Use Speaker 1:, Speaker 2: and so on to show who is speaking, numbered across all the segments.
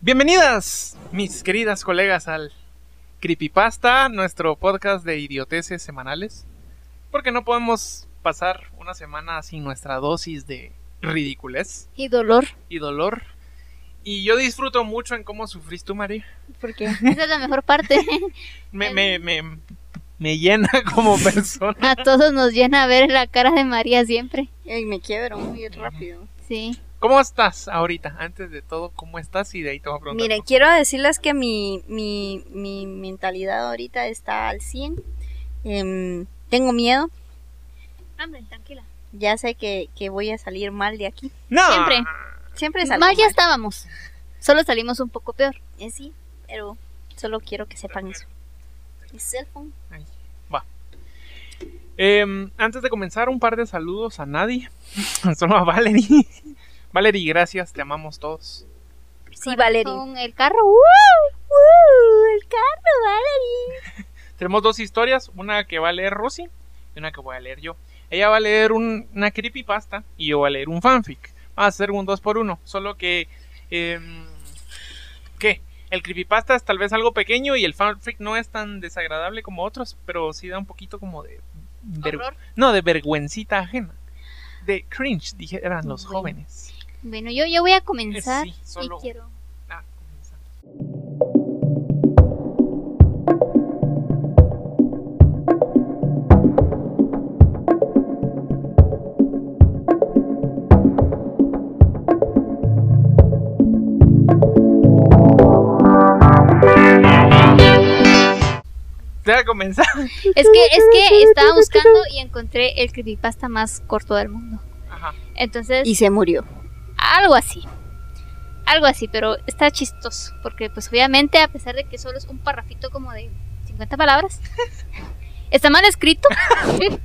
Speaker 1: Bienvenidas, mis queridas colegas, al Creepypasta, nuestro podcast de idioteces semanales. Porque no podemos pasar una semana sin nuestra dosis de ridiculez
Speaker 2: Y dolor,
Speaker 1: y dolor. Y yo disfruto mucho en cómo sufrís tú, María.
Speaker 2: porque esa es la mejor parte.
Speaker 1: Me, me, me, me llena como persona.
Speaker 2: A todos nos llena ver la cara de María siempre.
Speaker 3: Ey, me quiebro muy rápido.
Speaker 2: Sí.
Speaker 1: ¿Cómo estás ahorita? Antes de todo, ¿cómo estás? Y de ahí te voy a preguntar.
Speaker 3: Miren, quiero decirles que mi, mi, mi mentalidad ahorita está al 100. Em, tengo miedo.
Speaker 2: Hombre, tranquila.
Speaker 3: Ya sé que, que voy a salir mal de aquí.
Speaker 1: ¡No!
Speaker 2: siempre.
Speaker 3: Siempre salgo
Speaker 2: Mal ya
Speaker 3: mal.
Speaker 2: estábamos. Solo salimos un poco peor.
Speaker 3: Eh, sí, pero solo quiero que sepan eso. Mi cell phone.
Speaker 1: Ay, va. Em, antes de comenzar, un par de saludos a nadie. Solo a Valerie. Valerie, gracias, te amamos todos.
Speaker 3: Sí, Valerie.
Speaker 2: Con el carro. ¡uh! ¡uh! El carro, Valerie.
Speaker 1: Tenemos dos historias, una que va a leer Rosy y una que voy a leer yo. Ella va a leer un- una creepypasta y yo voy a leer un fanfic. Va a ser un 2 por 1 solo que... em, ¿Qué? El creepypasta es tal vez algo pequeño y el fanfic no es tan desagradable como otros, pero sí da un poquito como de... ver-
Speaker 2: Horror.
Speaker 1: no, de vergüencita ajena. De cringe, dijeran los
Speaker 2: Bueno.
Speaker 1: jóvenes.
Speaker 2: Bueno, yo, yo voy a
Speaker 1: Eh,
Speaker 2: comenzar.
Speaker 1: sí, solo...
Speaker 2: Y quiero.
Speaker 1: Ah, comenzar. Te voy a comenzar.
Speaker 2: Es que, es que estaba buscando y encontré el creepypasta más corto del mundo.
Speaker 1: Ajá.
Speaker 2: Entonces,
Speaker 3: Y se murió.
Speaker 2: algo así. Algo así, pero está chistoso. Porque, pues, obviamente, a pesar de que solo es un parrafito como de 50 palabras, está mal escrito.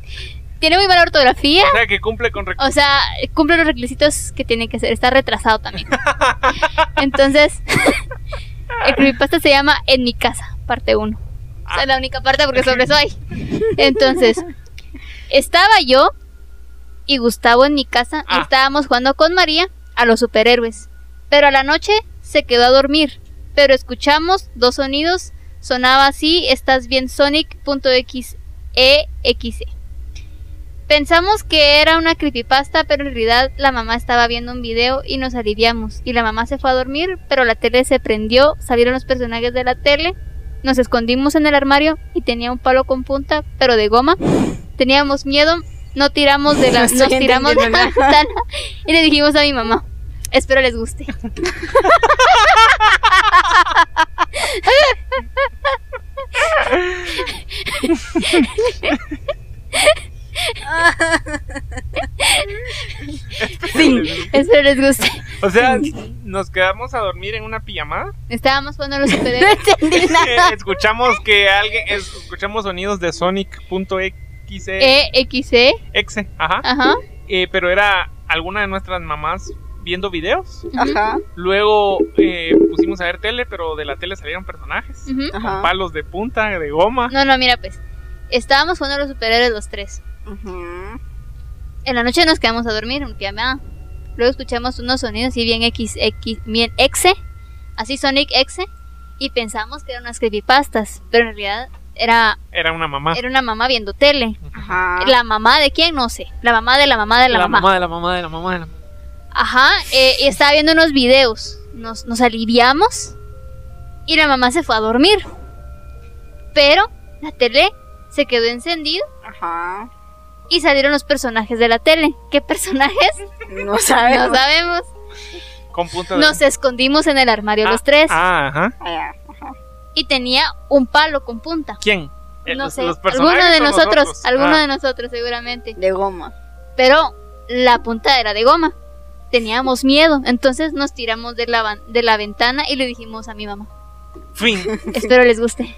Speaker 2: Tiene muy mala ortografía.
Speaker 1: O sea, que cumple con recu-
Speaker 2: O sea, cumple los requisitos que tiene que hacer. Está retrasado también. Entonces, el creepypasta se llama En mi casa, parte 1. O
Speaker 1: Ah.
Speaker 2: sea, la única parte porque sobre eso hay. Entonces, estaba yo y Gustavo en mi casa.
Speaker 1: Ah.
Speaker 2: Estábamos jugando con María a los superhéroes. Pero a la noche se quedó a dormir. Pero escuchamos dos sonidos. Sonaba así, estás bien Sonic.exe. E Pensamos que era una creepypasta, pero en realidad la mamá estaba viendo un video y nos aliviamos. Y la mamá se fue a dormir, pero la tele se prendió, salieron los personajes de la tele, nos escondimos en el armario y tenía un palo con punta, pero de goma. Teníamos miedo, no tiramos de
Speaker 3: No
Speaker 2: la,
Speaker 3: estoy
Speaker 2: nos tiramos de la
Speaker 3: entendiendo
Speaker 2: ventana y le dijimos a mi mamá. Espero les guste. Espero les guste.
Speaker 1: O sea, nos quedamos a dormir en una pijamada.
Speaker 2: Estábamos jugando a los superhéroes.
Speaker 1: Eh, escuchamos que alguien es- escuchamos sonidos de Sonic.exe
Speaker 2: EXE.
Speaker 1: exe, ajá,
Speaker 2: E, Ajá.
Speaker 1: Eh, pero era alguna de nuestras mamás viendo videos.
Speaker 3: Ajá,
Speaker 1: Luego eh, pusimos a ver tele, pero de la tele salieron personajes,
Speaker 2: ujú.
Speaker 3: ajá.
Speaker 1: palos de punta, de goma.
Speaker 2: No, no, mira, pues. Estábamos jugando a los superhéroes los tres.
Speaker 3: Ujú.
Speaker 2: En la noche nos quedamos a dormir, un pijama. Luego escuchamos unos sonidos así bien X, X, bien exe, así Sonic exe, y pensamos que eran unas creepypastas, pero en realidad era,
Speaker 1: Era una mamá.
Speaker 2: era una mamá viendo tele.
Speaker 3: Ajá.
Speaker 2: La mamá de quién, no sé. La mamá de la mamá de Ah. la, mamá.
Speaker 1: de la mamá de la mamá de la mamá.
Speaker 2: Ajá, eh, y estaba viendo unos videos. Nos, nos aliviamos y la mamá se fue a dormir. Pero la tele se quedó encendida
Speaker 3: Ajá.
Speaker 2: y salieron los personajes de la tele. ¿Qué personajes?
Speaker 3: No
Speaker 2: No
Speaker 3: sabemos.
Speaker 2: sabemos.
Speaker 1: Con punta de
Speaker 2: Nos escondimos en el armario
Speaker 1: Ah,
Speaker 2: los tres
Speaker 1: Ah, ajá.
Speaker 3: Ah,
Speaker 2: y tenía un palo con punta.
Speaker 1: ¿Quién? Eh,
Speaker 2: No
Speaker 1: los-
Speaker 2: sé,
Speaker 1: los personajes
Speaker 2: alguno de
Speaker 1: o
Speaker 2: nosotros, alguno
Speaker 1: Ah,
Speaker 2: de nosotros seguramente.
Speaker 3: De goma.
Speaker 2: Pero la punta era de goma. Teníamos miedo, entonces nos tiramos de la, van- de la ventana y le dijimos a mi mamá,
Speaker 1: Fin.
Speaker 2: espero les guste.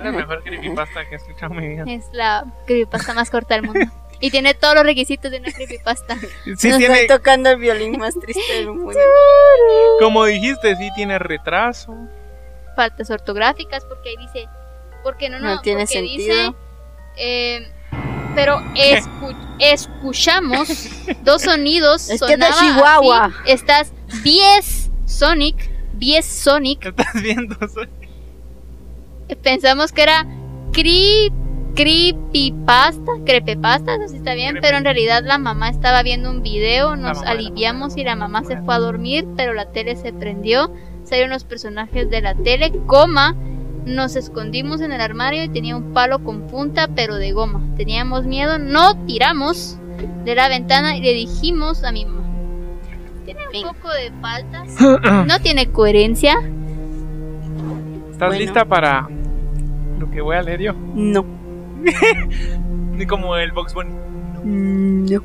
Speaker 1: La mejor creepypasta que he escuchado en mi vida.
Speaker 2: Es la creepypasta más corta del mundo. Y tiene todos los requisitos de una creepypasta.
Speaker 1: Sí
Speaker 3: Nos
Speaker 1: tiene,
Speaker 3: Estoy tocando el violín más triste del mundo.
Speaker 1: como dijiste, sí tiene retraso.
Speaker 2: Faltas ortográficas, porque ahí dice. Porque no, no,
Speaker 3: No tiene
Speaker 2: porque
Speaker 3: sentido.
Speaker 2: Dice, eh, pero escu- escuchamos dos sonidos.
Speaker 3: Es que es de
Speaker 2: sonaba así,
Speaker 3: Chihuahua.
Speaker 2: Estás 10 Sonic, 10 Sonic.
Speaker 1: estás viendo?
Speaker 2: Pensamos que era cri, creepypasta, crepepasta, no sé si está bien,
Speaker 1: Crepe.
Speaker 2: pero en realidad la mamá estaba viendo un video, nos
Speaker 1: mamá de la
Speaker 2: aliviamos y la mamá se
Speaker 1: Bueno.
Speaker 2: fue a dormir, pero la tele se prendió, salieron los personajes de la tele, coma, nos escondimos en el armario y tenía un palo con punta, pero de goma. Teníamos miedo, no tiramos de la ventana y le dijimos a mi mamá. Tiene un
Speaker 3: Venga.
Speaker 2: poco de faltas, no tiene coherencia.
Speaker 1: ¿Estás
Speaker 3: Bueno.
Speaker 1: lista para lo que voy a leer yo?
Speaker 3: No.
Speaker 1: Ni como el Box Bunny.
Speaker 3: No.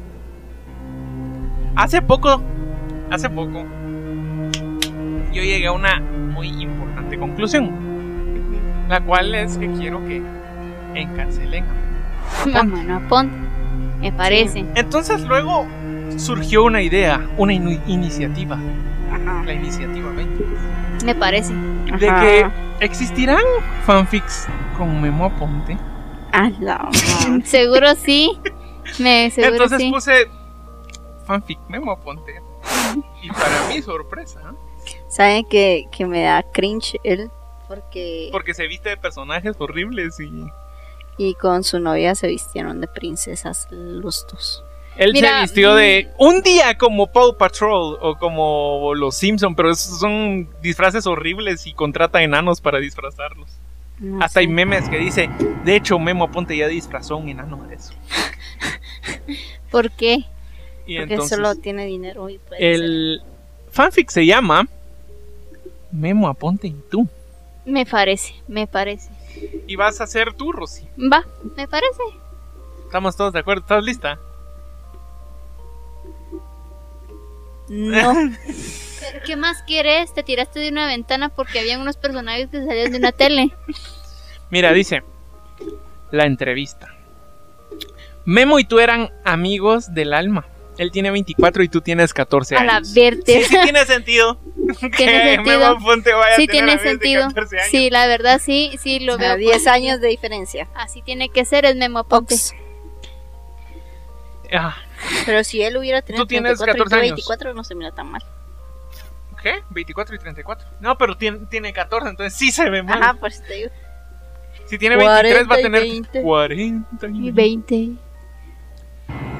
Speaker 1: Hace poco, hace poco, yo llegué a una muy importante conclusión. La cual es que quiero que encarcelen a
Speaker 2: Mamá, no aponta, me parece.
Speaker 1: Entonces luego surgió una idea, una inu- iniciativa,
Speaker 3: Ajá.
Speaker 1: la iniciativa 20,
Speaker 2: Me parece.
Speaker 1: de
Speaker 3: Ajá.
Speaker 1: que existirán fanfics con Memo Aponte.
Speaker 3: Ah, la madre.
Speaker 2: Seguro sí. Me seguro
Speaker 1: Entonces pues,
Speaker 2: sí.
Speaker 1: puse fanfic Memo Aponte. Y para mi sorpresa,
Speaker 3: ¿Saben que, que me da cringe él? Porque...
Speaker 1: porque se viste de personajes horribles y
Speaker 3: Y con su novia se vistieron de princesas los dos.
Speaker 1: él se
Speaker 2: Mira,
Speaker 1: vistió de
Speaker 3: mm.
Speaker 1: un día como Paw Patrol o como los Simpson, pero esos son disfraces horribles y contrata enanos para disfrazarlos.
Speaker 3: No
Speaker 1: Hasta hay
Speaker 3: sé.
Speaker 1: memes que dice, de hecho Memo Aponte ya disfrazó a un enano de eso.
Speaker 2: ¿Por qué?
Speaker 1: Y
Speaker 3: Porque
Speaker 1: entonces
Speaker 3: solo tiene dinero y puede
Speaker 1: el fanfic se llama Memo Aponte y tú.
Speaker 2: Me parece, me parece.
Speaker 1: Y vas a ser tú, Rosy.
Speaker 2: Va, me parece.
Speaker 1: Estamos todos de acuerdo, ¿estás lista?
Speaker 3: ser. No.
Speaker 2: ¿Pero qué más quieres? Te tiraste de una ventana porque habían unos personajes que salían de una tele.
Speaker 1: Mira, dice la entrevista. Memo y tú eran amigos del alma. Él tiene 24 y tú tienes 14
Speaker 2: A la
Speaker 1: años. Sí,
Speaker 2: verte.
Speaker 1: sí tiene sentido.
Speaker 2: Tiene
Speaker 1: que
Speaker 2: sentido.
Speaker 1: Memo Aponte vaya
Speaker 2: Sí
Speaker 1: a tener
Speaker 2: tiene
Speaker 1: amigos de
Speaker 2: sentido.
Speaker 1: 14 años.
Speaker 2: Sí, la verdad sí, sí lo
Speaker 3: O sea,
Speaker 2: veo.
Speaker 3: 10
Speaker 2: positivo.
Speaker 3: años de diferencia.
Speaker 2: Así tiene que ser, es Memo Aponte.
Speaker 3: Ox.
Speaker 1: Ah,
Speaker 3: Pero si él hubiera tenido
Speaker 1: Tú tienes
Speaker 3: 34 y tú
Speaker 1: 14 años.
Speaker 3: 24 no se mira tan mal.
Speaker 1: ¿Qué? 24 y 34. No, pero tiene, tiene 14, entonces sí se ve mal.
Speaker 3: Ajá, por eso te digo.
Speaker 1: Si tiene 23 va a
Speaker 3: 40 y
Speaker 1: tener
Speaker 3: 20.
Speaker 1: 40
Speaker 2: Y 20.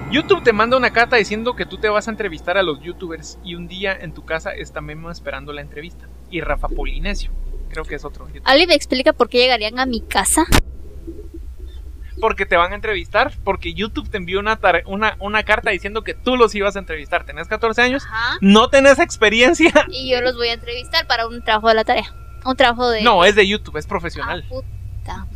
Speaker 1: YouTube te manda una carta diciendo que tú te vas a entrevistar a los youtubers y un día en tu casa está Memo esperando la entrevista. Y Rafa Polinesio, creo que es otro. youtuber.
Speaker 2: Ali me explica por qué llegarían a mi casa.
Speaker 1: Porque te van a entrevistar, porque YouTube te envió una, tar- una, una carta diciendo que tú los ibas a entrevistar. Tenés 14 años,
Speaker 2: Ajá.
Speaker 1: no tenés experiencia.
Speaker 2: Y yo los voy a entrevistar para un trabajo de la tarea. Un trabajo de.
Speaker 1: No, es de YouTube, es
Speaker 2: Ah,
Speaker 1: profesional.
Speaker 2: puta.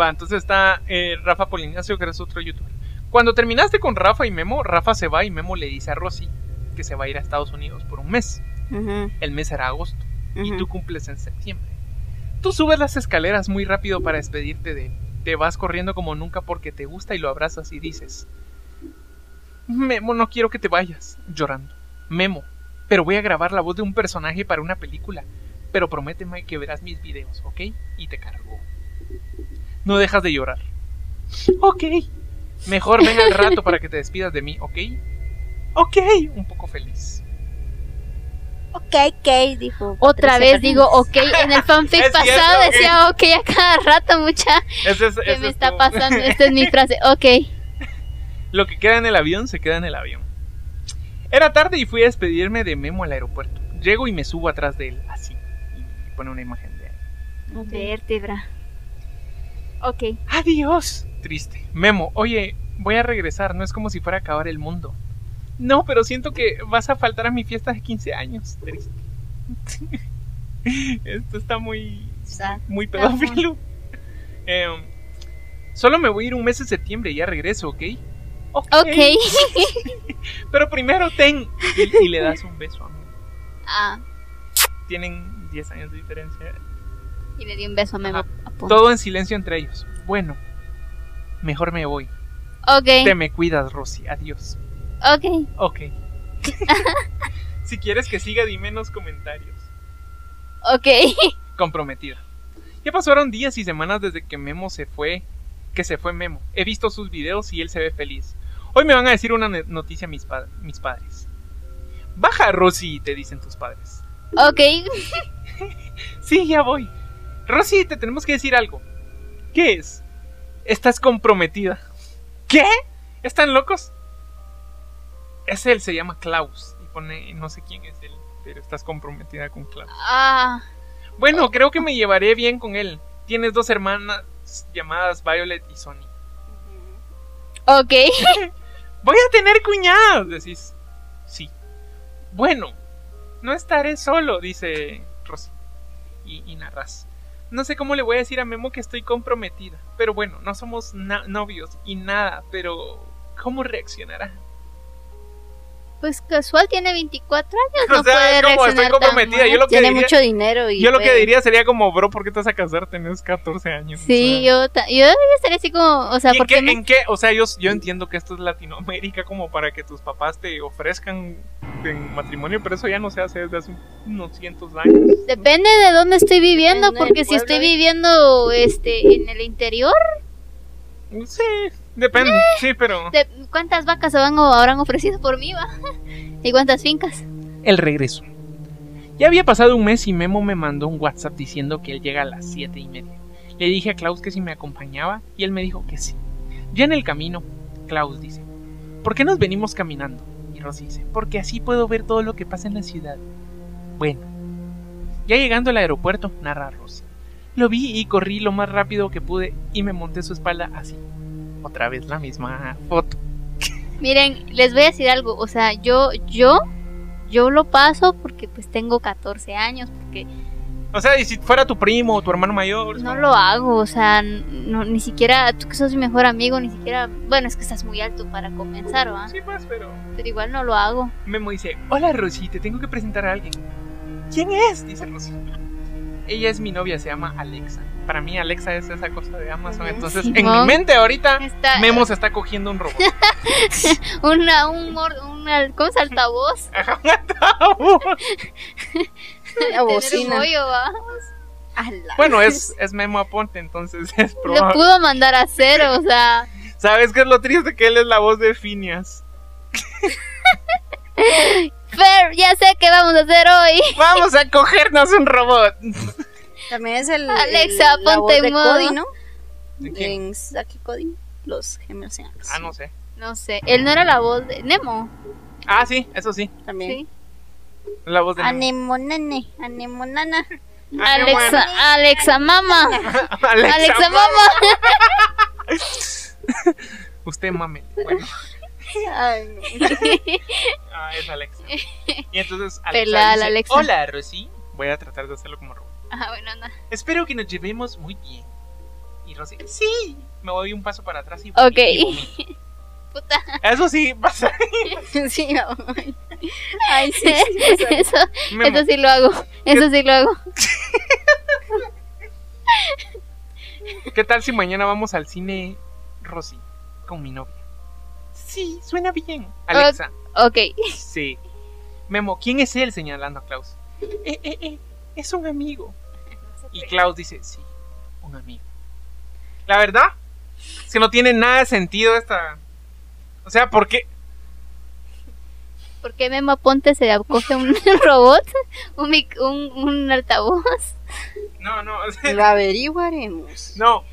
Speaker 1: Va, entonces está eh, Rafa Polinesio, que es otro youtuber. Cuando terminaste con Rafa y Memo, Rafa se va y Memo le dice a Rosy que se va a ir a Estados Unidos por un mes.
Speaker 3: Ujú,
Speaker 1: El mes era agosto. y
Speaker 3: ujú.
Speaker 1: tú cumples en septiembre. Tú subes las escaleras muy rápido para despedirte de él. Te vas corriendo como nunca porque te gusta y lo abrazas y dices, Memo, no quiero que te vayas, llorando. Memo, pero voy a grabar la voz de un personaje para una película, pero prométeme que verás mis videos, ¿ok? Y te cargo. No dejas de llorar. Ok. Mejor ven al rato para que te despidas de mí, ¿ok? Ok. Un poco feliz.
Speaker 3: Ok, ok, dijo.
Speaker 2: Otra
Speaker 3: Patricia
Speaker 2: vez digo
Speaker 3: Fernández.
Speaker 2: ok. En el fanfic
Speaker 1: Es
Speaker 2: pasado
Speaker 1: cierto,
Speaker 2: decía ok a cada rato, mucha.
Speaker 1: Ese es-
Speaker 2: ¿Qué
Speaker 1: ese
Speaker 2: me
Speaker 1: es
Speaker 2: está
Speaker 1: tu-
Speaker 2: pasando? Esta es mi frase. Ok.
Speaker 1: Lo que queda en el avión se queda en el avión. Era tarde y fui a despedirme de Memo al aeropuerto. Llego y me subo atrás de él, así. Y pone una imagen de él.
Speaker 2: Vértebra. Ok.
Speaker 1: ¡Adiós! Triste. Memo, oye, voy a regresar, no es como si fuera a acabar el mundo. No, pero siento que vas a faltar a mi fiesta de 15 años. Triste. Esto está muy
Speaker 3: Sad.
Speaker 1: muy pedófilo. Em, solo me voy a ir un mes en septiembre y ya regreso, ¿ok? Ok.
Speaker 2: Ok.
Speaker 1: Pero primero ten. Y, y le das un beso a mí.
Speaker 2: Ah,
Speaker 1: Tienen 10 años de diferencia.
Speaker 2: y le di un beso a Memo.
Speaker 1: Ajá.
Speaker 2: Aponte.
Speaker 1: Todo en silencio entre ellos. Bueno, mejor me voy. Te
Speaker 2: Ok.
Speaker 1: me cuidas, Rosy. Adiós.
Speaker 2: Ok.
Speaker 1: Ok. si quieres que siga, di menos comentarios.
Speaker 2: Ok.
Speaker 1: Comprometida. Ya pasaron días y semanas desde que Memo se fue que se fue Memo. He visto sus videos y él se ve feliz. Hoy me van a decir una ne- noticia mis, pa- mis padres. Baja, Rosy, te dicen tus padres.
Speaker 2: Ok,
Speaker 1: Sí, ya voy. Rosy, te tenemos que decir algo. ¿Qué es? Estás comprometida. ¿Qué? ¿Están locos? Es él, se llama Klaus. Y pone, no sé quién es él, pero estás comprometida con Klaus.
Speaker 2: ah,
Speaker 1: Bueno, creo que me llevaré bien con él. Tienes dos hermanas llamadas Violet y Sony.
Speaker 2: ok,
Speaker 1: Voy a tener cuñados, decís. Sí. Bueno, no estaré solo, dice Rosy. Y, y narras. No sé cómo le voy a decir a Memo que estoy comprometida. Pero bueno, no somos na- novios y nada, pero ¿cómo reaccionará?
Speaker 2: pues casual tiene 24 años, no
Speaker 1: o sea,
Speaker 2: puede
Speaker 1: es como estoy
Speaker 2: reaccionar tan
Speaker 1: comprometida.
Speaker 2: mal.
Speaker 1: Yo lo que
Speaker 3: Tiene
Speaker 1: diría,
Speaker 3: mucho dinero y
Speaker 1: yo lo que
Speaker 3: puede-
Speaker 1: diría sería como, bro, ¿por qué te vas a casar? Tenés 14 años.
Speaker 2: Sí,
Speaker 1: o sea.
Speaker 2: yo, ta- yo estaría así como, o sea,
Speaker 1: ¿Y en
Speaker 2: ¿por
Speaker 1: qué,
Speaker 2: qué no?
Speaker 1: en qué? O sea, yo, yo entiendo que esto es Latinoamérica como para que tus papás te ofrezcan en matrimonio, pero eso ya no se hace desde hace unos cientos de años.
Speaker 2: Depende de dónde estoy viviendo,
Speaker 3: Depende del
Speaker 2: porque si estoy
Speaker 3: pueblo. ¿eh?
Speaker 2: viviendo este en el interior,
Speaker 1: Sí, depende, sí, pero...
Speaker 2: de- ¿cuántas vacas se van o habrán ofrecido por mí, va? ¿Y cuántas fincas?
Speaker 1: El regreso. Ya había pasado un mes y Memo me mandó un WhatsApp diciendo que él llega a las siete y media. Le dije a Klaus que si me acompañaba y él me dijo que sí. Ya en el camino, Klaus dice, ¿por qué nos venimos caminando? Y Rosy dice, porque así puedo ver todo lo que pasa en la ciudad. Bueno, ya llegando al aeropuerto, narra Rosy. Lo vi y corrí lo más rápido que pude y me monté su espalda así. Otra vez la misma foto.
Speaker 2: Miren, les voy a decir algo, o sea, yo, yo, yo lo paso porque pues tengo 14 años, porque
Speaker 1: O sea, y si fuera tu primo o tu hermano mayor...
Speaker 2: no lo hago, o sea, no, ni siquiera, tú que sos mi mejor amigo, ni siquiera, bueno, es que estás muy alto para comenzar, va,
Speaker 1: Sí, pues, pero...
Speaker 2: pero igual no lo hago.
Speaker 1: Memo dice, hola Rosy, te tengo que presentar a alguien. ¿Quién es? Dice Rosy. Ella es mi novia, se llama Alexa. Para mí Alexa es esa cosa de Amazon.
Speaker 3: Ujú,
Speaker 1: Entonces,
Speaker 2: sí,
Speaker 1: en
Speaker 2: ¿no?
Speaker 1: mi mente ahorita,
Speaker 2: Está
Speaker 1: Memo se está cogiendo un robot.
Speaker 2: una, un, mor- un al- ¿cómo es? altavoz,
Speaker 3: La
Speaker 2: tener un
Speaker 3: bocina.
Speaker 2: hoyo, va.
Speaker 3: Ala.
Speaker 1: bueno, es, es Memo Aponte, entonces es
Speaker 2: Lo
Speaker 1: probable.
Speaker 2: pudo mandar a hacer, o sea,
Speaker 1: ¿Sabes qué es lo triste? Que él es la voz de Phineas.
Speaker 2: Fer, ya sé qué vamos a hacer hoy.
Speaker 1: Vamos a cogernos un robot.
Speaker 3: También es el.
Speaker 2: Alexa,
Speaker 3: el- la voz
Speaker 2: ponte
Speaker 3: de
Speaker 2: en modo.
Speaker 3: Cody, ¿no?
Speaker 1: ¿De quién?
Speaker 3: En Saki Cody, los gemelos en
Speaker 1: Ah, no sé.
Speaker 2: No sé, él no era la voz de Nemo,
Speaker 1: Ah, sí, eso sí.
Speaker 3: También.
Speaker 2: ¿sí?
Speaker 1: La voz de Memo.
Speaker 3: Anemonane, anemonana.
Speaker 2: Alexa, Alexa, mamá,
Speaker 1: Ah, Alexa,
Speaker 2: Alexa,
Speaker 1: mame.
Speaker 2: mamá.
Speaker 1: Usted mame. Bueno.
Speaker 3: Ay, no.
Speaker 1: Ah, es Alexa. Y entonces Alexa
Speaker 2: Pelada
Speaker 1: dice,
Speaker 2: la Alexa.
Speaker 1: Hola, Rosy. Voy a tratar de hacerlo como robot.
Speaker 2: Ah, bueno, anda.
Speaker 1: Espero que nos llevemos muy bien. Y Rosy, sí. Me voy un paso para atrás y...
Speaker 2: Ok.
Speaker 1: y vomito.
Speaker 2: Puta,
Speaker 1: Eso sí, pasa.
Speaker 3: Sí, ay. Ay, sí, sí, pasa.
Speaker 2: eso,
Speaker 1: Memo,
Speaker 2: eso sí lo hago, eso sí lo hago.
Speaker 1: ¿Qué tal si mañana vamos al cine, Rosy, con mi novia? Sí, suena bien. Alexa,
Speaker 2: Ok,
Speaker 1: sí. Memo, ¿quién es él? Señalando a Klaus. Eh, eh, eh, es un amigo. Y Klaus dice, sí, un amigo. La verdad es que no tiene nada de sentido esta... O sea, ¿por qué?
Speaker 2: ¿por qué Memo Ponte se acoge a un robot, un, mic- un, un altavoz?
Speaker 1: No, no, o sea,
Speaker 3: Lo averiguaremos.
Speaker 1: no.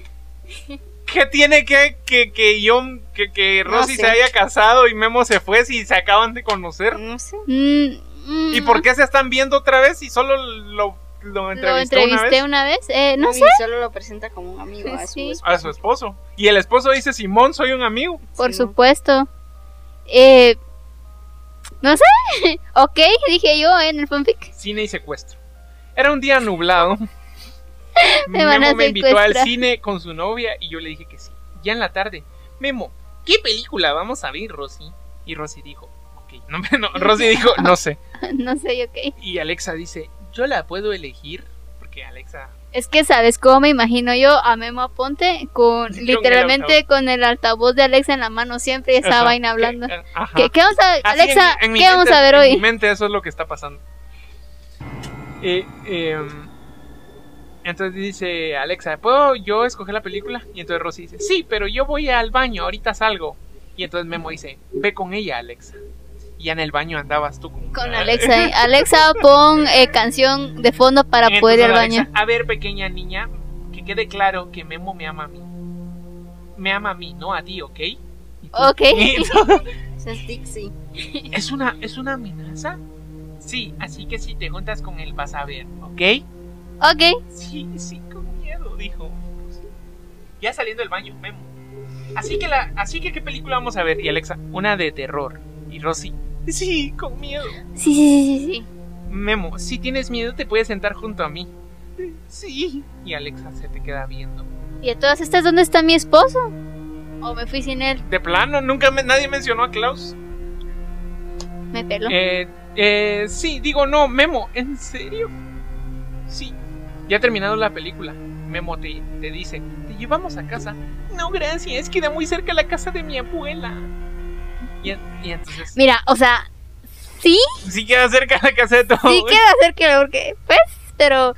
Speaker 1: ¿Qué tiene que que, que yo, que, que
Speaker 3: No
Speaker 1: Rosy
Speaker 3: sé.
Speaker 1: se haya casado y Memo se fue si se acaban de conocer?
Speaker 3: No sé.
Speaker 2: Mm, mm,
Speaker 1: ¿Y por qué se están viendo otra vez si solo lo, lo
Speaker 2: Lo
Speaker 1: entrevistó una
Speaker 2: entrevisté
Speaker 1: vez?
Speaker 2: una vez, eh, no
Speaker 3: Mami
Speaker 2: sé. Pues
Speaker 3: Solo lo presenta como un amigo. a su
Speaker 2: Sí.
Speaker 3: esposo.
Speaker 1: A su esposo. Y el esposo dice, Simón, soy un amigo.
Speaker 2: Por
Speaker 3: Sí.
Speaker 2: supuesto. Eh, no sé. ok, dije yo eh, en el fanfic.
Speaker 1: Cine y secuestro. Era un día nublado.
Speaker 2: Me van a
Speaker 1: Memo me invitó al
Speaker 2: secuestrar.
Speaker 1: cine con su novia y yo le dije que sí. Ya en la tarde, Memo, ¿qué película vamos a ver, Rosy? Y Rosy dijo, ok. No, no, Rosy dijo, no sé.
Speaker 2: no sé, ok.
Speaker 1: Y Alexa dice, yo la puedo elegir. Porque Alexa, eh,
Speaker 2: Es que sabes cómo me imagino yo a Memo Aponte con
Speaker 1: Con el
Speaker 2: literalmente con el altavoz de Alexa en la mano siempre y esa
Speaker 1: Ajá,
Speaker 2: vaina
Speaker 1: que-
Speaker 2: hablando.
Speaker 1: eh, ajá.
Speaker 2: ¿Qué, qué vamos a
Speaker 1: Así en
Speaker 2: Alexa,
Speaker 1: mi- en mi
Speaker 2: ¿qué vamos
Speaker 1: mente-
Speaker 2: a ver
Speaker 1: En mi
Speaker 2: hoy?
Speaker 1: mente eso es lo que está pasando. Eh, eh, em, Entonces dice Alexa, ¿puedo yo escoger la película? Y entonces Rosy dice, sí, pero yo voy al baño, ahorita salgo. Y entonces Memo dice, ve con ella, Alexa. Y ya en el baño andabas tú con,
Speaker 2: Con Alexa. ¿eh? Alexa, pon eh, canción de fondo para
Speaker 1: Entonces,
Speaker 2: poder ir al
Speaker 1: Alexa,
Speaker 2: baño.
Speaker 1: A ver, pequeña niña, que quede claro que Memo me ama a mí. Me ama a mí, no a ti, ¿ok? Y tú-
Speaker 2: Ok.
Speaker 1: Y entonces,
Speaker 3: Esa es Dixie.
Speaker 1: ¿Es una, ¿Es una amenaza? Mm. Sí, así que si te juntas con él vas a ver, ¿ok?
Speaker 2: Ok.
Speaker 1: Sí, sí, con miedo, dijo. Ya saliendo del baño, Memo. Así que, la, así que, ¿qué película vamos a ver? Y Alexa, una de terror. Y Rosy, sí, con miedo.
Speaker 2: Sí, sí, sí, sí, sí.
Speaker 1: Memo, si tienes miedo te puedes sentar junto a mí. Sí. Y Alexa se te queda viendo.
Speaker 2: ¿Y a todas estas dónde está mi esposo? ¿O me fui sin él?
Speaker 1: De plano, nunca me- nadie mencionó a Klaus.
Speaker 2: Me peló.
Speaker 1: Eh, eh, sí, digo no, Memo, ¿en serio? Sí. Ya ha terminado la película. Memo te, te dice, te llevamos a casa. No, gracias, queda muy cerca la casa de mi abuela. Y, en- y entonces...
Speaker 2: Mira, o sea, sí,
Speaker 1: Sí queda cerca la casa de tu
Speaker 2: sí
Speaker 1: abuela.
Speaker 2: quiero hacer que porque, pues, pero.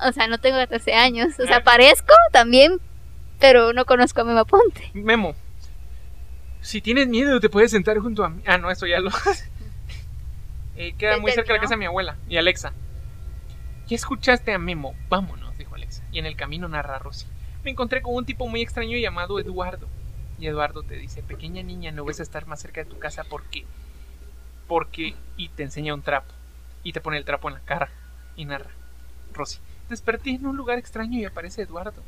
Speaker 2: O sea, no tengo 14 años. O sea,
Speaker 1: Ah.
Speaker 2: parezco también, pero no conozco a mi maponte.
Speaker 1: Memo. Si tienes miedo, te puedes sentar junto a mí. Ah, no, eso ya lo. Eh, queda
Speaker 2: Ya
Speaker 1: muy cerca la
Speaker 2: terminó.
Speaker 1: casa de mi abuela y Alexa. Ya escuchaste a Memo, vámonos, dijo Alexa. Y en el camino narra Rosy. Me encontré con un tipo muy extraño llamado Eduardo. Y Eduardo te dice, pequeña niña, no vas a estar más cerca de tu casa porque... Porque... Y te enseña un trapo. Y te pone el trapo en la cara. Y narra. Rosy, desperté en un lugar extraño y aparece Eduardo.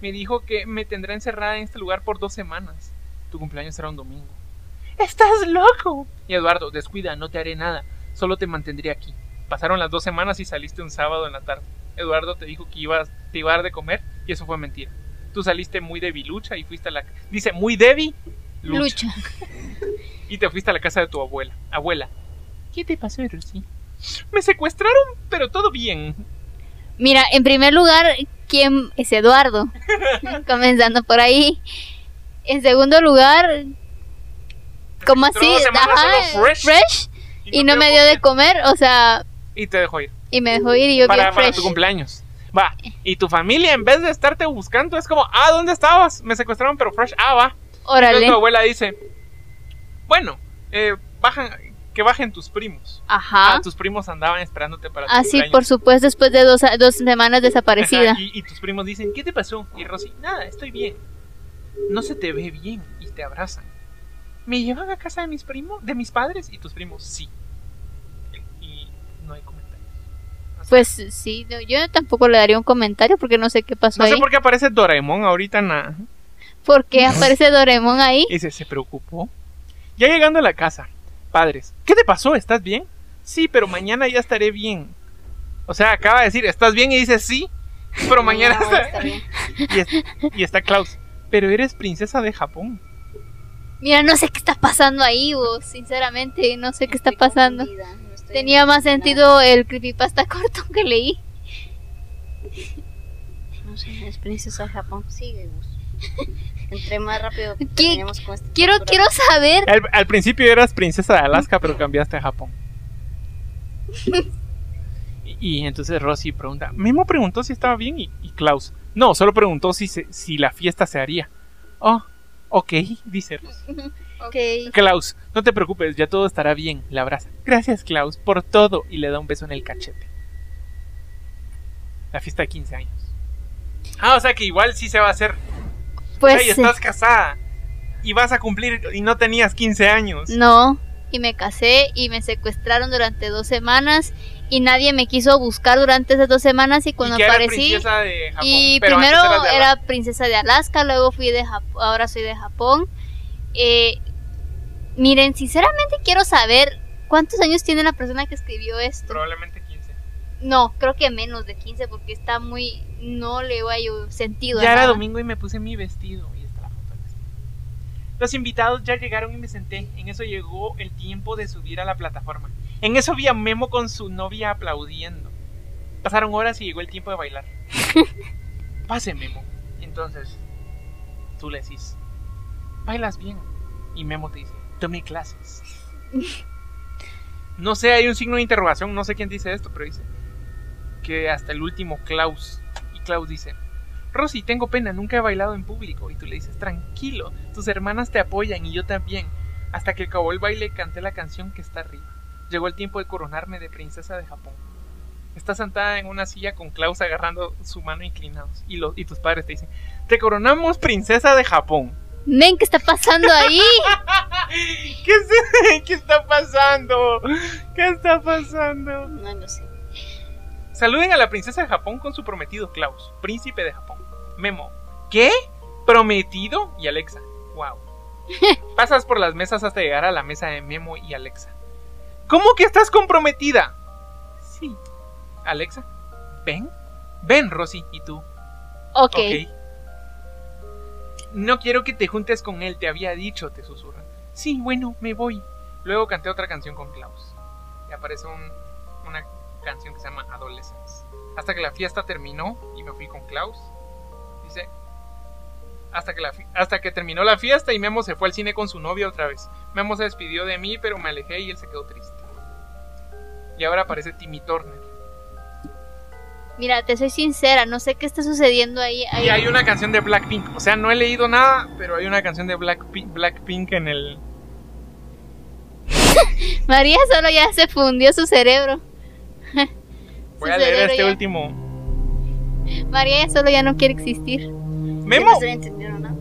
Speaker 1: Me dijo que me tendrá encerrada en este lugar por dos semanas. Tu cumpleaños será un domingo. ¡Estás loco! Y Eduardo, descuida, no te haré nada. Solo te mantendré aquí. Pasaron las dos semanas y saliste un sábado en la tarde. Eduardo te dijo que ibas, te iba a dar de comer y eso fue mentira. Tú saliste muy debilucha y fuiste a la... Dice, muy débil.
Speaker 2: Lucha.
Speaker 1: Y te fuiste a la casa de tu abuela. Abuela. ¿Qué te pasó, Rosy? Me secuestraron, pero todo bien.
Speaker 2: Mira, en primer lugar, ¿quién es Eduardo? Comenzando por ahí. En segundo lugar, ¿cómo
Speaker 1: Entró
Speaker 2: así?
Speaker 1: dos semanas
Speaker 2: Ajá,
Speaker 1: solo fresh,
Speaker 2: fresh, Y no
Speaker 1: te
Speaker 2: me
Speaker 1: dejó
Speaker 2: dio de
Speaker 1: bien.
Speaker 2: comer, o sea,
Speaker 1: Y te dejó ir.
Speaker 2: y me dejó ir y yo
Speaker 1: para,
Speaker 2: bien
Speaker 1: para
Speaker 2: fresh. Eh.
Speaker 1: tu cumpleaños. Va. Y tu familia, en vez de estarte buscando, es como, ah, ¿dónde estabas? Me secuestraron, pero fresh. Ah, va. Entonces
Speaker 2: Órale.
Speaker 1: tu abuela dice, bueno, eh, bajan, que bajen tus primos.
Speaker 2: Ajá.
Speaker 1: Ah, tus primos andaban esperándote para tu
Speaker 2: Así,
Speaker 1: cumpleaños.
Speaker 2: Ah, por supuesto, después de dos, dos semanas
Speaker 1: Ajá,
Speaker 2: desaparecida.
Speaker 1: y, y tus primos dicen, ¿qué te pasó? Y Rosy, nada, estoy bien. No se te ve bien. Y te abrazan. ¿Me llevan a casa de mis primos? ¿De mis padres? Y tus primos, sí. Y no hay comentarios. O sea,
Speaker 2: Pues sí, no, yo tampoco le daría un comentario porque no sé qué pasó
Speaker 1: no sé
Speaker 2: ahí.
Speaker 1: por qué aparece Doraemon ahorita en la-
Speaker 2: ¿Por qué aparece Doremon ahí?
Speaker 1: Ese se preocupó. Ya llegando a la casa, padres, ¿qué te pasó? ¿Estás bien? Sí, pero mañana ya estaré bien. O sea, acaba de decir, ¿estás bien? Y dice sí, pero mañana
Speaker 3: No,
Speaker 1: estaré-
Speaker 3: está bien.
Speaker 1: Y, es- y está Klaus. Pero eres princesa de Japón.
Speaker 2: Mira, no sé qué está pasando ahí, vos. Sinceramente, no sé qué está
Speaker 3: Estoy
Speaker 2: pasando.
Speaker 3: confundida, no estoy
Speaker 2: Tenía más
Speaker 3: entendida.
Speaker 2: sentido el creepypasta corto que leí.
Speaker 3: No sé, es princesa de Japón. Sigue, Gus. Entre más rápido
Speaker 2: ¿Qué-
Speaker 3: terminemos con esta
Speaker 2: Quiero,
Speaker 3: tortura.
Speaker 2: quiero saber.
Speaker 1: Al, al principio eras princesa de Alaska, pero cambiaste a Japón. Y, y entonces Rosy pregunta, Memo preguntó si estaba bien y, y Klaus. No, solo preguntó si, se- si la fiesta se haría. Oh, ok, dice Rosy.
Speaker 3: Ok.
Speaker 1: Klaus, no te preocupes, ya todo estará bien. La abraza. Gracias, Klaus, por todo. Y le da un beso en el cachete. La fiesta de 15 años. Ah, o sea que igual sí se va a hacer.
Speaker 2: Pues.
Speaker 1: Ey, estás casada. Y vas a cumplir y no tenías 15 años.
Speaker 2: No, y me casé y me secuestraron durante dos semanas y nadie me quiso buscar durante esas dos semanas y cuando
Speaker 1: y que eres
Speaker 2: aparecí
Speaker 1: princesa de Japón.
Speaker 2: y
Speaker 1: pero antes
Speaker 2: primero
Speaker 1: eras de
Speaker 2: era princesa de Alaska, luego fui de Japón, ahora soy de Japón. Eh, miren, sinceramente quiero saber cuántos años tiene la persona que escribió
Speaker 1: Alaska,
Speaker 2: esto.
Speaker 1: Probablemente 15.
Speaker 2: No, creo que menos de 15 porque está muy no le veo sentido. a
Speaker 1: Ya era
Speaker 2: nada.
Speaker 1: domingo y me puse mi vestido. Y está la foto del vestido. Los invitados ya llegaron y me senté. En eso llegó el tiempo de subir a la plataforma. En eso vi a Memo con su novia aplaudiendo. Pasaron horas y llegó el tiempo de bailar. Pase, Memo. Entonces, tú le decís, bailas bien. Y Memo te dice, tome clases. No sé, hay un signo de interrogación, no sé quién dice esto, pero dice, que hasta el último Klaus. Y Klaus dice, Rosy, tengo pena, nunca he bailado en público. Y tú le dices, tranquilo, tus hermanas te apoyan y yo también. Hasta que acabó el baile canté la canción que está arriba. Llegó el tiempo de coronarme de princesa de Japón. Estás sentada en una silla con Klaus agarrando su mano inclinados. Y, los, y tus padres te dicen, te coronamos princesa de Japón.
Speaker 2: Men, ¿qué está pasando ahí?
Speaker 1: ¿Qué, es- ¿Qué está pasando? ¿Qué está pasando?
Speaker 3: No lo sé.
Speaker 1: Saluden a la princesa de Japón con su prometido Klaus, príncipe de Japón. Memo, ¿qué? ¿Prometido? Y Alexa, wow. Pasas por las mesas hasta llegar a la mesa de Memo y Alexa. ¿Cómo que estás comprometida? Sí. Alexa, ven. Ven, Rosy, y tú.
Speaker 2: Ok.
Speaker 1: Ok. No quiero que te juntes con él, te había dicho, te susurran. Sí, bueno, me voy. Luego canté otra canción con Klaus. Y aparece un- una canción que se llama Adolescence. Hasta que la fiesta terminó y me fui con Klaus. Dice, hasta que, la fi- hasta que terminó la fiesta y Memo se fue al cine con su novia otra vez. Memo se despidió de mí, pero me alejé y él se quedó triste. Y ahora aparece Timmy Turner.
Speaker 2: Mira, te soy sincera, no sé qué está sucediendo ahí. ahí-
Speaker 1: Y hay una canción de Blackpink. O sea, no he leído nada, pero hay una canción de Blackpink, Blackpink en el.
Speaker 2: María solo ya se fundió su cerebro.
Speaker 1: Voy
Speaker 2: Su
Speaker 1: a leer
Speaker 2: cerebro
Speaker 1: este
Speaker 2: ya-
Speaker 1: último.
Speaker 2: María ya solo ya no quiere existir.
Speaker 3: Yo no
Speaker 1: Memo,
Speaker 3: estoy entendiendo nada.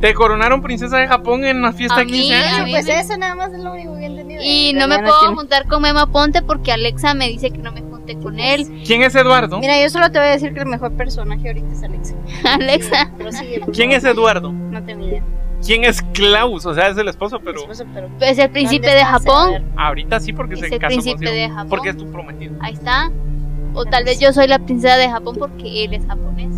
Speaker 1: te coronaron princesa de Japón en una fiesta
Speaker 2: A
Speaker 1: de 15
Speaker 2: mí,
Speaker 1: años.
Speaker 2: mí
Speaker 3: Pues
Speaker 2: me-
Speaker 3: eso nada más es lo único que he entendido.
Speaker 2: Ah, Y
Speaker 3: Mi
Speaker 2: no me
Speaker 3: hermana
Speaker 2: puedo
Speaker 3: tiene-
Speaker 2: juntar con Memo Ponte porque Alexa me dice que no me junte con él.
Speaker 1: ¿Quién es Eduardo?
Speaker 3: Mira, yo solo te voy a decir que el mejor personaje ahorita es Alexa.
Speaker 2: Alexa.
Speaker 3: Prosigue, por
Speaker 1: ¿Quién
Speaker 3: favor.
Speaker 1: es Eduardo?
Speaker 3: No tengo idea.
Speaker 1: ¿Quién es Klaus? O sea, es el esposo, pero
Speaker 3: Esposo, pero
Speaker 2: Es el príncipe de
Speaker 3: ¿dónde está? A ver.
Speaker 2: Japón.
Speaker 1: ahorita sí porque
Speaker 2: Es
Speaker 1: se
Speaker 2: el
Speaker 1: casó
Speaker 2: príncipe
Speaker 1: contigo.
Speaker 2: de Japón.
Speaker 1: Porque es tu prometido.
Speaker 2: Ahí está. O tal vez yo soy la princesa de Japón porque él es japonés.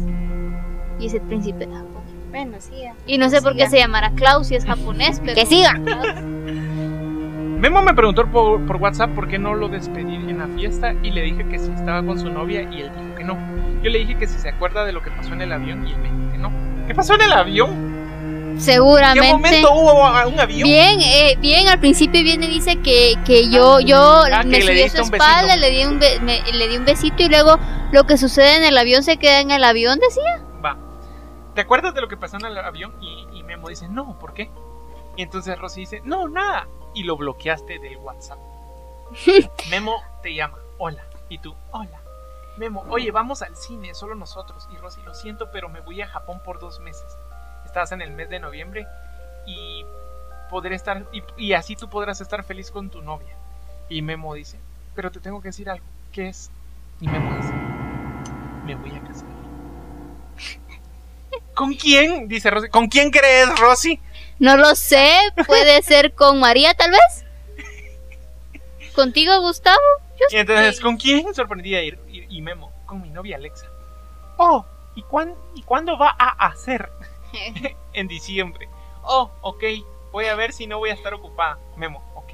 Speaker 2: Y es el príncipe de Japón.
Speaker 3: Bueno, sí. ya.
Speaker 2: Y no sé por
Speaker 3: Sí,
Speaker 2: qué
Speaker 3: ya.
Speaker 2: se llamará Klaus si es japonés, pero...
Speaker 3: Que siga.
Speaker 1: Memo me preguntó por, por WhatsApp por qué no lo despedí en la fiesta y le dije que si estaba con su novia y él dijo que no. Yo le dije que si se acuerda de lo que pasó en el avión y él me dijo que no. ¿Qué pasó en el avión? ¿En qué
Speaker 2: Seguramente.
Speaker 1: momento hubo a- un avión?
Speaker 2: Bien, eh, bien, al principio viene y dice que, que yo, yo
Speaker 1: Ah,
Speaker 2: me
Speaker 1: que le
Speaker 2: subí a
Speaker 1: diste
Speaker 2: su
Speaker 1: un besito.
Speaker 2: espalda, le di, un be- me- le di un besito y luego lo que sucede en el avión se queda en el avión, decía.
Speaker 1: Va. ¿Te acuerdas de lo que pasó en el avión? Y, y Memo dice, no, ¿por qué? Y entonces Rosy dice, no, nada. Y lo bloqueaste del WhatsApp. Memo te llama, hola. Y tú, hola. Memo, oye, vamos al cine, solo nosotros. Y Rosy, lo siento, pero me voy a Japón por dos meses. Estás en el mes de noviembre y podré estar y, y así tú podrás estar feliz con tu novia. Y Memo dice, pero te tengo que decir algo. ¿Qué es? Y Memo dice, me voy a casar. ¿Con quién? Dice Rosy. ¿Con quién crees, Rosy?
Speaker 2: No lo sé, puede ser con María tal vez. ¿Contigo, Gustavo?
Speaker 1: Y entonces,
Speaker 2: Sí.
Speaker 1: ¿con quién? Sorprendida y, y- y Memo. Con mi novia Alexa. Oh, ¿y, cuán- ¿y cuándo va a hacer? en diciembre. Oh, ok. Voy a ver si no voy a estar ocupada. Memo, ok.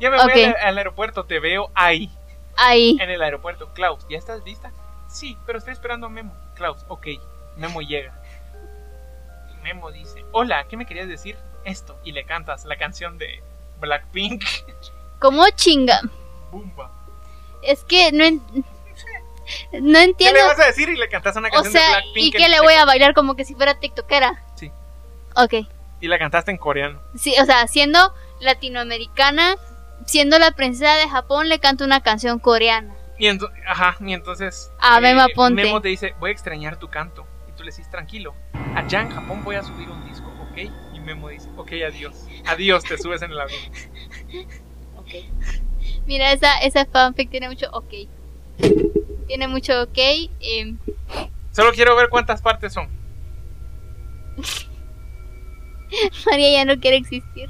Speaker 1: Ya me voy
Speaker 2: Ok.
Speaker 1: al, al aeropuerto, te veo ahí.
Speaker 2: Ahí.
Speaker 1: En el aeropuerto. Klaus, ¿ya estás lista? Sí, pero estoy esperando a Memo. Klaus, ok. Memo llega. Y Memo dice, hola, ¿qué me querías decir? Esto. Y le cantas la canción de Blackpink.
Speaker 2: ¿Cómo chinga?
Speaker 1: Bumba.
Speaker 2: Es que no, en- no
Speaker 1: ¿Qué
Speaker 2: entiendo.
Speaker 1: le vas a decir? Y le cantas una
Speaker 2: O
Speaker 1: canción de
Speaker 2: sea,
Speaker 1: Blackpink.
Speaker 2: ¿y
Speaker 1: en
Speaker 2: qué le voy a bailar como que si fuera tiktokera?
Speaker 1: Sí.
Speaker 2: Ok.
Speaker 1: Y la cantaste en coreano.
Speaker 2: Sí, o sea, siendo latinoamericana, siendo la princesa de Japón, le canto una canción coreana.
Speaker 1: Y ento- Ajá, y entonces... eh,
Speaker 2: Ah, Memo Aponte.
Speaker 1: Memo te dice, voy a extrañar tu canto. Y tú le dices, tranquilo. Allá en Japón voy a subir un disco, ¿ok? Y Memo dice, ok, adiós. Adiós, te subes en el avión.
Speaker 3: Ok.
Speaker 2: Mira, esa, esa fanfic tiene mucho ok. Tiene mucho ok. em,
Speaker 1: Solo quiero ver cuántas partes son.
Speaker 2: María ya no quiere existir.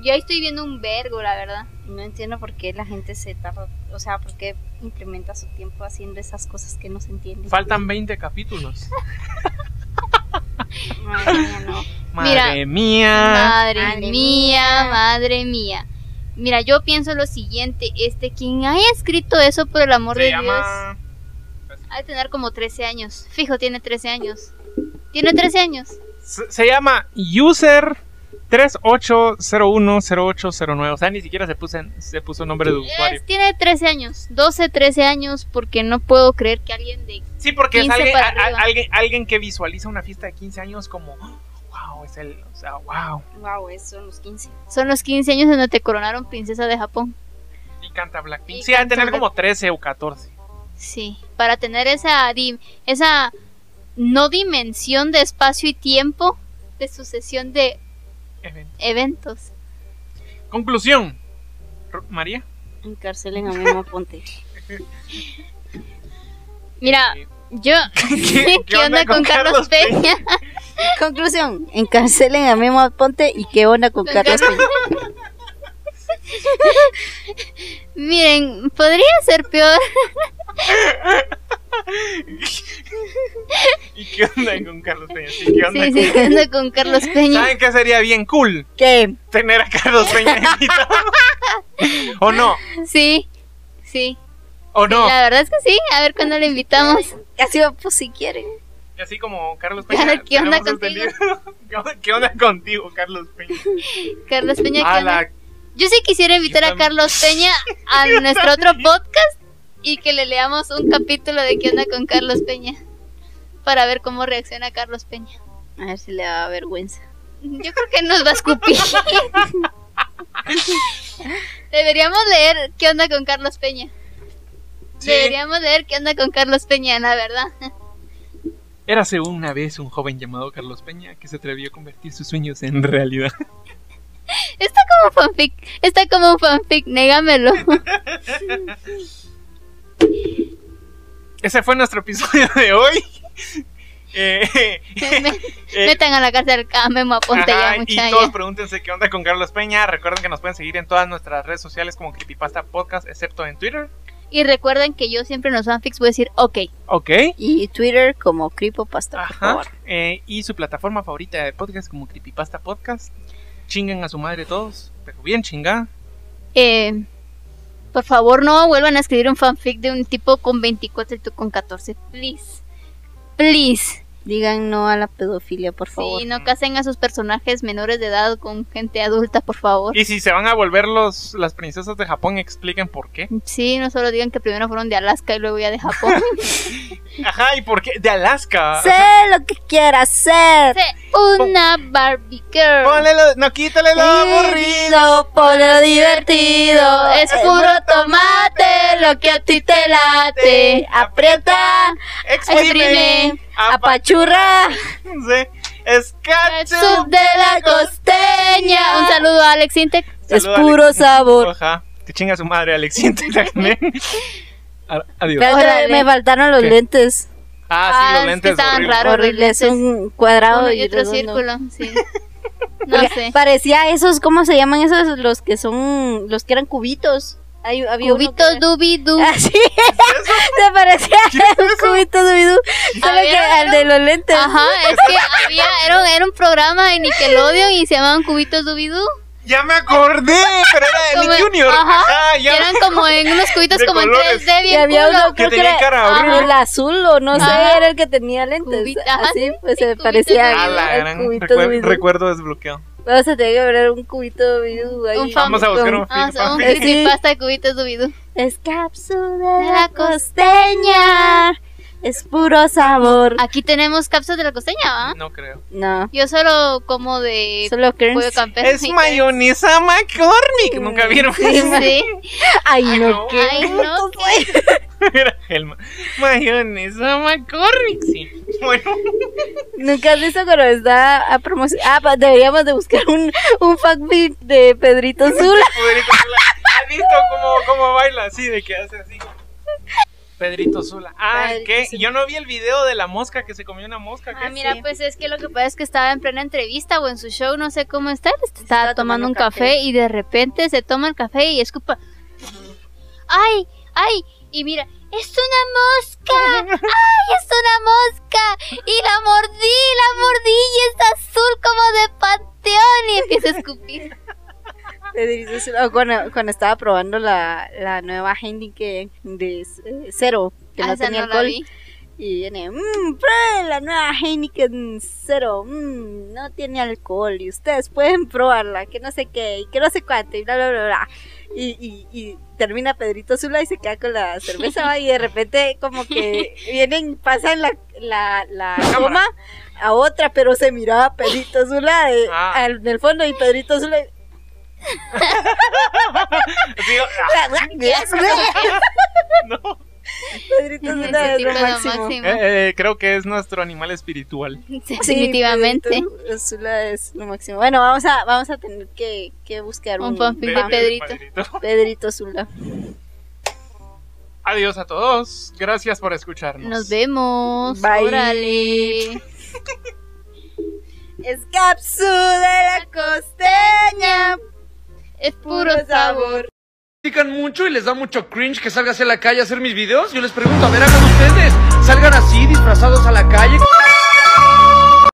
Speaker 2: Yo ahí estoy viendo un vergo, la verdad.
Speaker 3: No entiendo por qué la gente se tarda. O sea, por qué implementa su tiempo haciendo esas cosas que no se entienden.
Speaker 1: Faltan 20 capítulos.
Speaker 3: Ay, no.
Speaker 2: Mira.
Speaker 1: Madre mía.
Speaker 2: Madre,
Speaker 3: Madre
Speaker 2: mía,
Speaker 3: mía.
Speaker 2: madre mía. Mira, yo pienso lo siguiente, este, quien haya escrito eso por el amor de
Speaker 1: Se
Speaker 2: Dios,
Speaker 1: llama...
Speaker 2: ha de tener como 13 años. Fijo, tiene 13 años. Tiene 13 años.
Speaker 1: Se, se llama User 38010809. O sea, ni siquiera se puso, en- se puso nombre de usuario.
Speaker 2: Es- tiene 13 años, 12, 13 años, porque no puedo creer que alguien de...
Speaker 1: Sí, porque es
Speaker 2: 15
Speaker 1: alguien,
Speaker 2: para
Speaker 1: a- a-
Speaker 2: arriba.
Speaker 1: alguien, alguien que visualiza una fiesta de 15 años como, wow, es el, o sea, wow.
Speaker 3: Wow, esos son los 15.
Speaker 2: Son los 15 años en donde te coronaron princesa de Japón.
Speaker 1: Y canta Blackpink.
Speaker 2: Y
Speaker 1: sí, ha de
Speaker 2: canta
Speaker 1: tener como 13 o 14.
Speaker 2: Sí, para tener esa, di- esa no dimensión de espacio y tiempo de sucesión de
Speaker 1: Event.
Speaker 2: eventos.
Speaker 1: Conclusión. Ro- María.
Speaker 3: Encarcelen a Memo Ponte.
Speaker 2: Mira,
Speaker 1: Eh,
Speaker 2: yo... ¿Qué, onda, con, Carlos Peña?
Speaker 3: Conclusión, encarcelen a Memo Ponte y qué onda con
Speaker 2: Con
Speaker 3: Carlos
Speaker 2: Carlos-
Speaker 3: Peña.
Speaker 2: Miren, podría ser peor.
Speaker 1: ¿Y qué onda con Carlos Peña? Sí, ¿qué onda
Speaker 2: Sí,
Speaker 1: con-
Speaker 2: sí, ¿qué onda con Carlos Peña?
Speaker 1: ¿Saben qué sería bien cool?
Speaker 3: ¿Qué?
Speaker 1: Tener a Carlos Peña invitado. ¿O no?
Speaker 2: Sí, sí.
Speaker 1: ¿O no?
Speaker 2: La verdad es que sí. A ver cuándo le invitamos.
Speaker 3: Así va, pues si quieren.
Speaker 1: Y Así como Carlos
Speaker 2: Ya,
Speaker 1: Peña.
Speaker 2: ¿qué onda
Speaker 1: tenemos este libro. ¿Qué onda- ¿Qué onda contigo, Carlos Peña?
Speaker 2: Carlos Peña.
Speaker 1: A
Speaker 2: ¿qué onda?
Speaker 1: la-
Speaker 2: Yo sí quisiera invitar
Speaker 1: Yo
Speaker 2: a
Speaker 1: tam-
Speaker 2: Carlos Peña a nuestro otro podcast y que le leamos un capítulo de qué onda con Carlos Peña para ver cómo reacciona Carlos Peña.
Speaker 3: A ver si le da vergüenza.
Speaker 2: Yo creo que nos va a escupir. Deberíamos leer qué onda con Carlos Peña.
Speaker 1: Sí.
Speaker 2: Deberíamos leer qué onda con Carlos Peña, la verdad.
Speaker 1: Érase una vez un joven llamado Carlos Peña que se atrevió a convertir sus sueños en realidad.
Speaker 2: Está como fanfic, está como un fanfic, négamelo.
Speaker 1: Ese fue nuestro episodio de hoy. Eh,
Speaker 2: Me-
Speaker 1: eh,
Speaker 2: Metan a la cárcel a Memo Aponte
Speaker 1: ajá,
Speaker 2: ya,
Speaker 1: y todos
Speaker 2: muchacha.
Speaker 1: pregúntense qué onda con Carlos Peña. Recuerden que nos pueden seguir en todas nuestras redes sociales como Creepypasta Podcast, excepto en Twitter.
Speaker 2: Y recuerden que yo siempre en los fanfics voy a decir, ok,
Speaker 1: Ok.
Speaker 3: Y Twitter como Cripo Pastor, por
Speaker 1: Ajá.
Speaker 3: favor.
Speaker 1: Eh, y su plataforma favorita de podcast como Creepypasta Podcast. Chingan a su madre todos, pero bien chingada.
Speaker 2: eh, por favor no vuelvan a escribir un fanfic de un tipo con 24 y tú con 14. Please. Please.
Speaker 3: Digan no a la pedofilia, por favor.
Speaker 2: Sí, no casen a sus personajes menores de edad con gente adulta, por favor.
Speaker 1: Y si se van a volver los, las princesas de Japón, expliquen por qué.
Speaker 2: Sí, no solo digan que primero fueron de Alaska y luego ya de Japón.
Speaker 1: Ajá, y por qué de Alaska.
Speaker 3: Sé lo que quieras ser.
Speaker 2: Sí, Una Barbie Girl.
Speaker 1: Ponle lo- no quítale lo aburrido.
Speaker 3: aburrido, lo divertido.
Speaker 2: Es puro tomate lo que a ti te late.
Speaker 3: Aprieta,
Speaker 2: Exprime.
Speaker 1: Exprime. Apa-
Speaker 3: apachurra,
Speaker 1: sí. Es
Speaker 2: Sub
Speaker 1: ketchup.
Speaker 2: de la costeña. Un saludo a Alex Intec.
Speaker 3: es
Speaker 1: Saluda,
Speaker 3: puro
Speaker 1: Alex.
Speaker 3: sabor.
Speaker 1: Ajá. Que chinga su madre, Alex. también. A- Adiós.
Speaker 3: Espérate,
Speaker 2: Órale.
Speaker 3: me faltaron los
Speaker 1: ¿Qué?
Speaker 3: lentes.
Speaker 1: Ah, sí,
Speaker 2: Ah, es
Speaker 1: los
Speaker 2: que
Speaker 1: lentes.
Speaker 2: estaban
Speaker 1: horribles.
Speaker 2: raros. Claro,
Speaker 3: Horrible, es
Speaker 2: lentes.
Speaker 3: un cuadrado
Speaker 2: Uno
Speaker 3: y
Speaker 2: y otro
Speaker 3: redondo.
Speaker 2: círculo. Sí. No
Speaker 3: Porque
Speaker 2: sé.
Speaker 3: Parecía esos, ¿cómo se llaman esos? Los que son, los que eran cubitos. Hay, había uno que
Speaker 2: Cubitos
Speaker 3: era-
Speaker 2: dubi du.
Speaker 3: Así, se parecía a un cubito dubidú. Solo que
Speaker 2: Había
Speaker 3: al de los lentes.
Speaker 2: Ajá, es que había, era un, era un programa de Nickelodeon y se llamaban Cubitos Dubidú.
Speaker 1: Ya me acordé, pero era de Nick
Speaker 2: Como-
Speaker 1: Junior.
Speaker 2: ajá,
Speaker 1: Ajá,
Speaker 2: Que
Speaker 1: ya.
Speaker 2: eran como en unos cubitos
Speaker 1: De
Speaker 2: como en
Speaker 1: colores.
Speaker 2: 3D,
Speaker 3: Y
Speaker 2: bien
Speaker 3: había
Speaker 2: culo.
Speaker 3: uno creo que
Speaker 1: tenía
Speaker 3: era
Speaker 1: cara
Speaker 3: ajá,
Speaker 1: horrible.
Speaker 3: el azul o no
Speaker 2: Ajá.
Speaker 3: sé, era el que tenía lentes.
Speaker 2: Cubito, ajá,
Speaker 3: Así, pues
Speaker 2: sí,
Speaker 3: se
Speaker 2: cubito
Speaker 3: parecía
Speaker 2: dubidú.
Speaker 1: Ah, la
Speaker 3: al
Speaker 1: gran
Speaker 3: cubito
Speaker 1: recuer-
Speaker 3: dubidú.
Speaker 1: recuerdo desbloqueado.
Speaker 3: Vamos a tener que ver un cubito dubidú ahí.
Speaker 2: Un fan-
Speaker 1: Vamos a buscar
Speaker 3: Con-
Speaker 1: un
Speaker 2: Ah,
Speaker 1: film.
Speaker 2: son un
Speaker 3: Sí.
Speaker 2: creepypasta de Cubitos Dubidú.
Speaker 3: Es cápsula de la costeña. Es puro sabor.
Speaker 2: Aquí tenemos cápsulas de la costeña, ¿va?
Speaker 1: No creo.
Speaker 3: No,
Speaker 2: Yo solo como de
Speaker 3: solo
Speaker 2: pollo
Speaker 3: Kerns.
Speaker 2: campero.
Speaker 1: Es mayonesa McCormick. Nunca vieron.
Speaker 2: Sí.
Speaker 3: Ay,
Speaker 1: no.
Speaker 3: no, qué
Speaker 2: Ay, no,
Speaker 3: brutos, Pues, güey.
Speaker 1: Era Helma. Mayonesa McCormick, sí. Bueno,
Speaker 3: Nunca has visto cuando está a promoción. Ah, pa- deberíamos de buscar un, un fanfic de Pedrito Zula.
Speaker 1: Pedrito Zula. ¿Has visto cómo, cómo baila así? De que hace así. Pedrito Zula. Ah,
Speaker 3: Pedrito
Speaker 1: ¿qué?
Speaker 3: Zula.
Speaker 1: Yo no vi el video de la mosca que se comió una mosca.
Speaker 2: Ah,
Speaker 1: ¿qué?
Speaker 2: mira,
Speaker 3: Sí.
Speaker 2: pues es que lo que pasa es que estaba en plena entrevista o en su show, no sé cómo está, estaba,
Speaker 3: Estaba
Speaker 2: tomando, un
Speaker 3: tomando
Speaker 2: café. y de repente se toma el café y escupa. ¡Ay! ¡Ay! Y mira, ¡es una mosca! ¡Ay, es una mosca! Y la mordí, la mordí y es azul como de panteón y empieza a escupir.
Speaker 3: Pedrito Zula. O cuando, cuando estaba probando la, la nueva Heineken de eh, cero, que
Speaker 2: Ah,
Speaker 3: no
Speaker 2: esa
Speaker 3: tenía
Speaker 2: no la
Speaker 3: alcohol.
Speaker 2: vi.
Speaker 3: Y viene, mmm, prueben la nueva Heineken Cero, mmm, no tiene alcohol y ustedes pueden probarla, que no sé qué, y que no sé cuánto, y bla, bla, bla, bla. Y, y, y termina Pedrito Zula y se queda con la cerveza ¿va? y de repente como que vienen, pasan la, la, la
Speaker 1: Cámara.
Speaker 3: goma a otra, pero se miraba a Pedrito Zula de-
Speaker 1: Ah.
Speaker 3: al- en el fondo y Pedrito Zula...
Speaker 1: Así, ah, no.
Speaker 3: Pedrito
Speaker 2: Ese
Speaker 3: Zula es lo
Speaker 2: tipo es lo
Speaker 3: máximo.
Speaker 2: máximo.
Speaker 1: Eh, eh, creo que es nuestro animal espiritual.
Speaker 3: Sí,
Speaker 2: Definitivamente.
Speaker 3: Pedrito Zula es lo máximo. Bueno, vamos a, vamos a tener que, que buscar
Speaker 2: Un
Speaker 3: un,
Speaker 2: fanfic.
Speaker 1: De- de-
Speaker 2: Bien, Pedrito.
Speaker 1: Pedrito.
Speaker 3: Pedrito Zula.
Speaker 1: Adiós a todos. Gracias por escucharnos.
Speaker 2: Nos vemos.
Speaker 3: Bye.
Speaker 2: Órale.
Speaker 3: Es capsu de la costeña,
Speaker 2: Es puro sabor.
Speaker 4: critican mucho y les da mucho cringe que salga hacia la calle a hacer mis videos. Yo les pregunto, a ver, hagan ustedes, salgan así, disfrazados a la calle.